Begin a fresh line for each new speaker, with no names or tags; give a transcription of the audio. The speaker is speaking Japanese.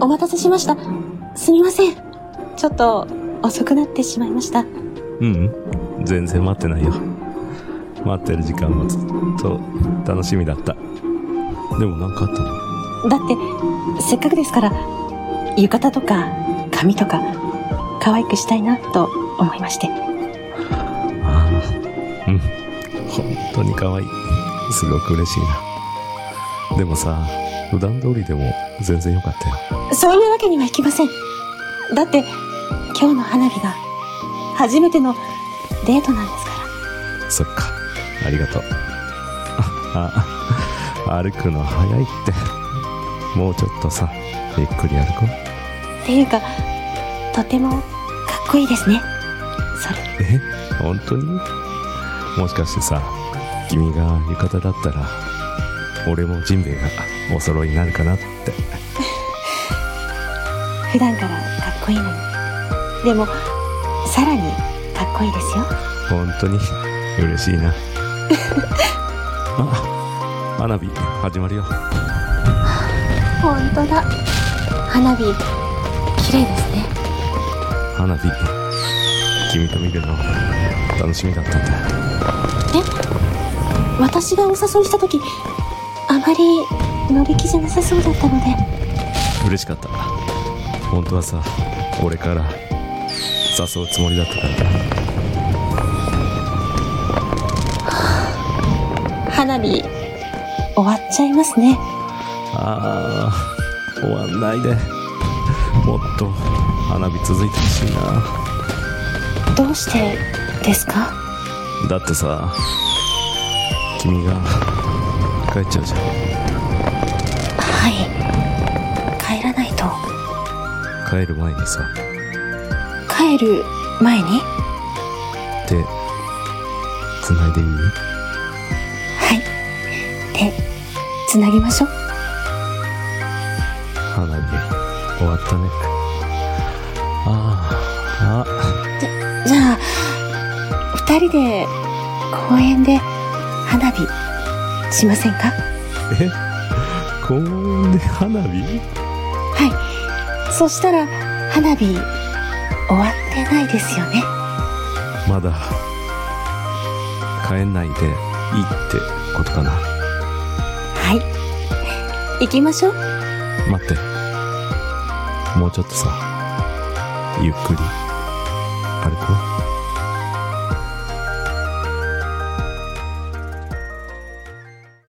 お待たせしました。すみません。ちょっと遅くなってしまいました。
ううん。全然待ってないよ。待ってる時間もずっと楽しみだった。でもなんかあったの
だって、せっかくですから、浴衣とか髪とか可愛くしたいなと思いまして。
ああ、うん。本当に可愛い。すごく嬉しいな。でもさ、普段通りでも全然良かったよ。
そういうわけにはいきません。だって、今日の花火が初めてのデートなんですから。
そっか。ありがとう。あ、あ、歩くの早いって。もうちょっとさ、ゆっくり歩こう。
っていうか、とてもかっこいいですね。それ。
え本当にもしかしてさ君が浴衣だったら俺もジンベエがお揃いになるかなって
普段からかっこいいのにでもさらにかっこいいですよ
本当に嬉しいなあ花火始まるよ
本当だ花火綺麗ですね
花火君と見るの楽しみだったんだ
え私がお誘いした時あまり乗り気じゃなさそうだったので
嬉しかった本当はさ俺から誘うつもりだったから
花火終わっちゃいますね
ああ終わんないでもっと花火続いてほしいな
どうしてですか
だってさ君が帰っちゃうじゃん
はい帰らないと
帰る前にさ
帰る前に
手繋いでいい
はい手つなぎましょう
花火終わったねあーあ
じゃあ二人で公園で花火しませんか
え公園で花火
はいそしたら花火終わってないですよね
まだ帰んないでいいってことかな
はい行きましょう
待ってもうちょっとさゆっくり歩こう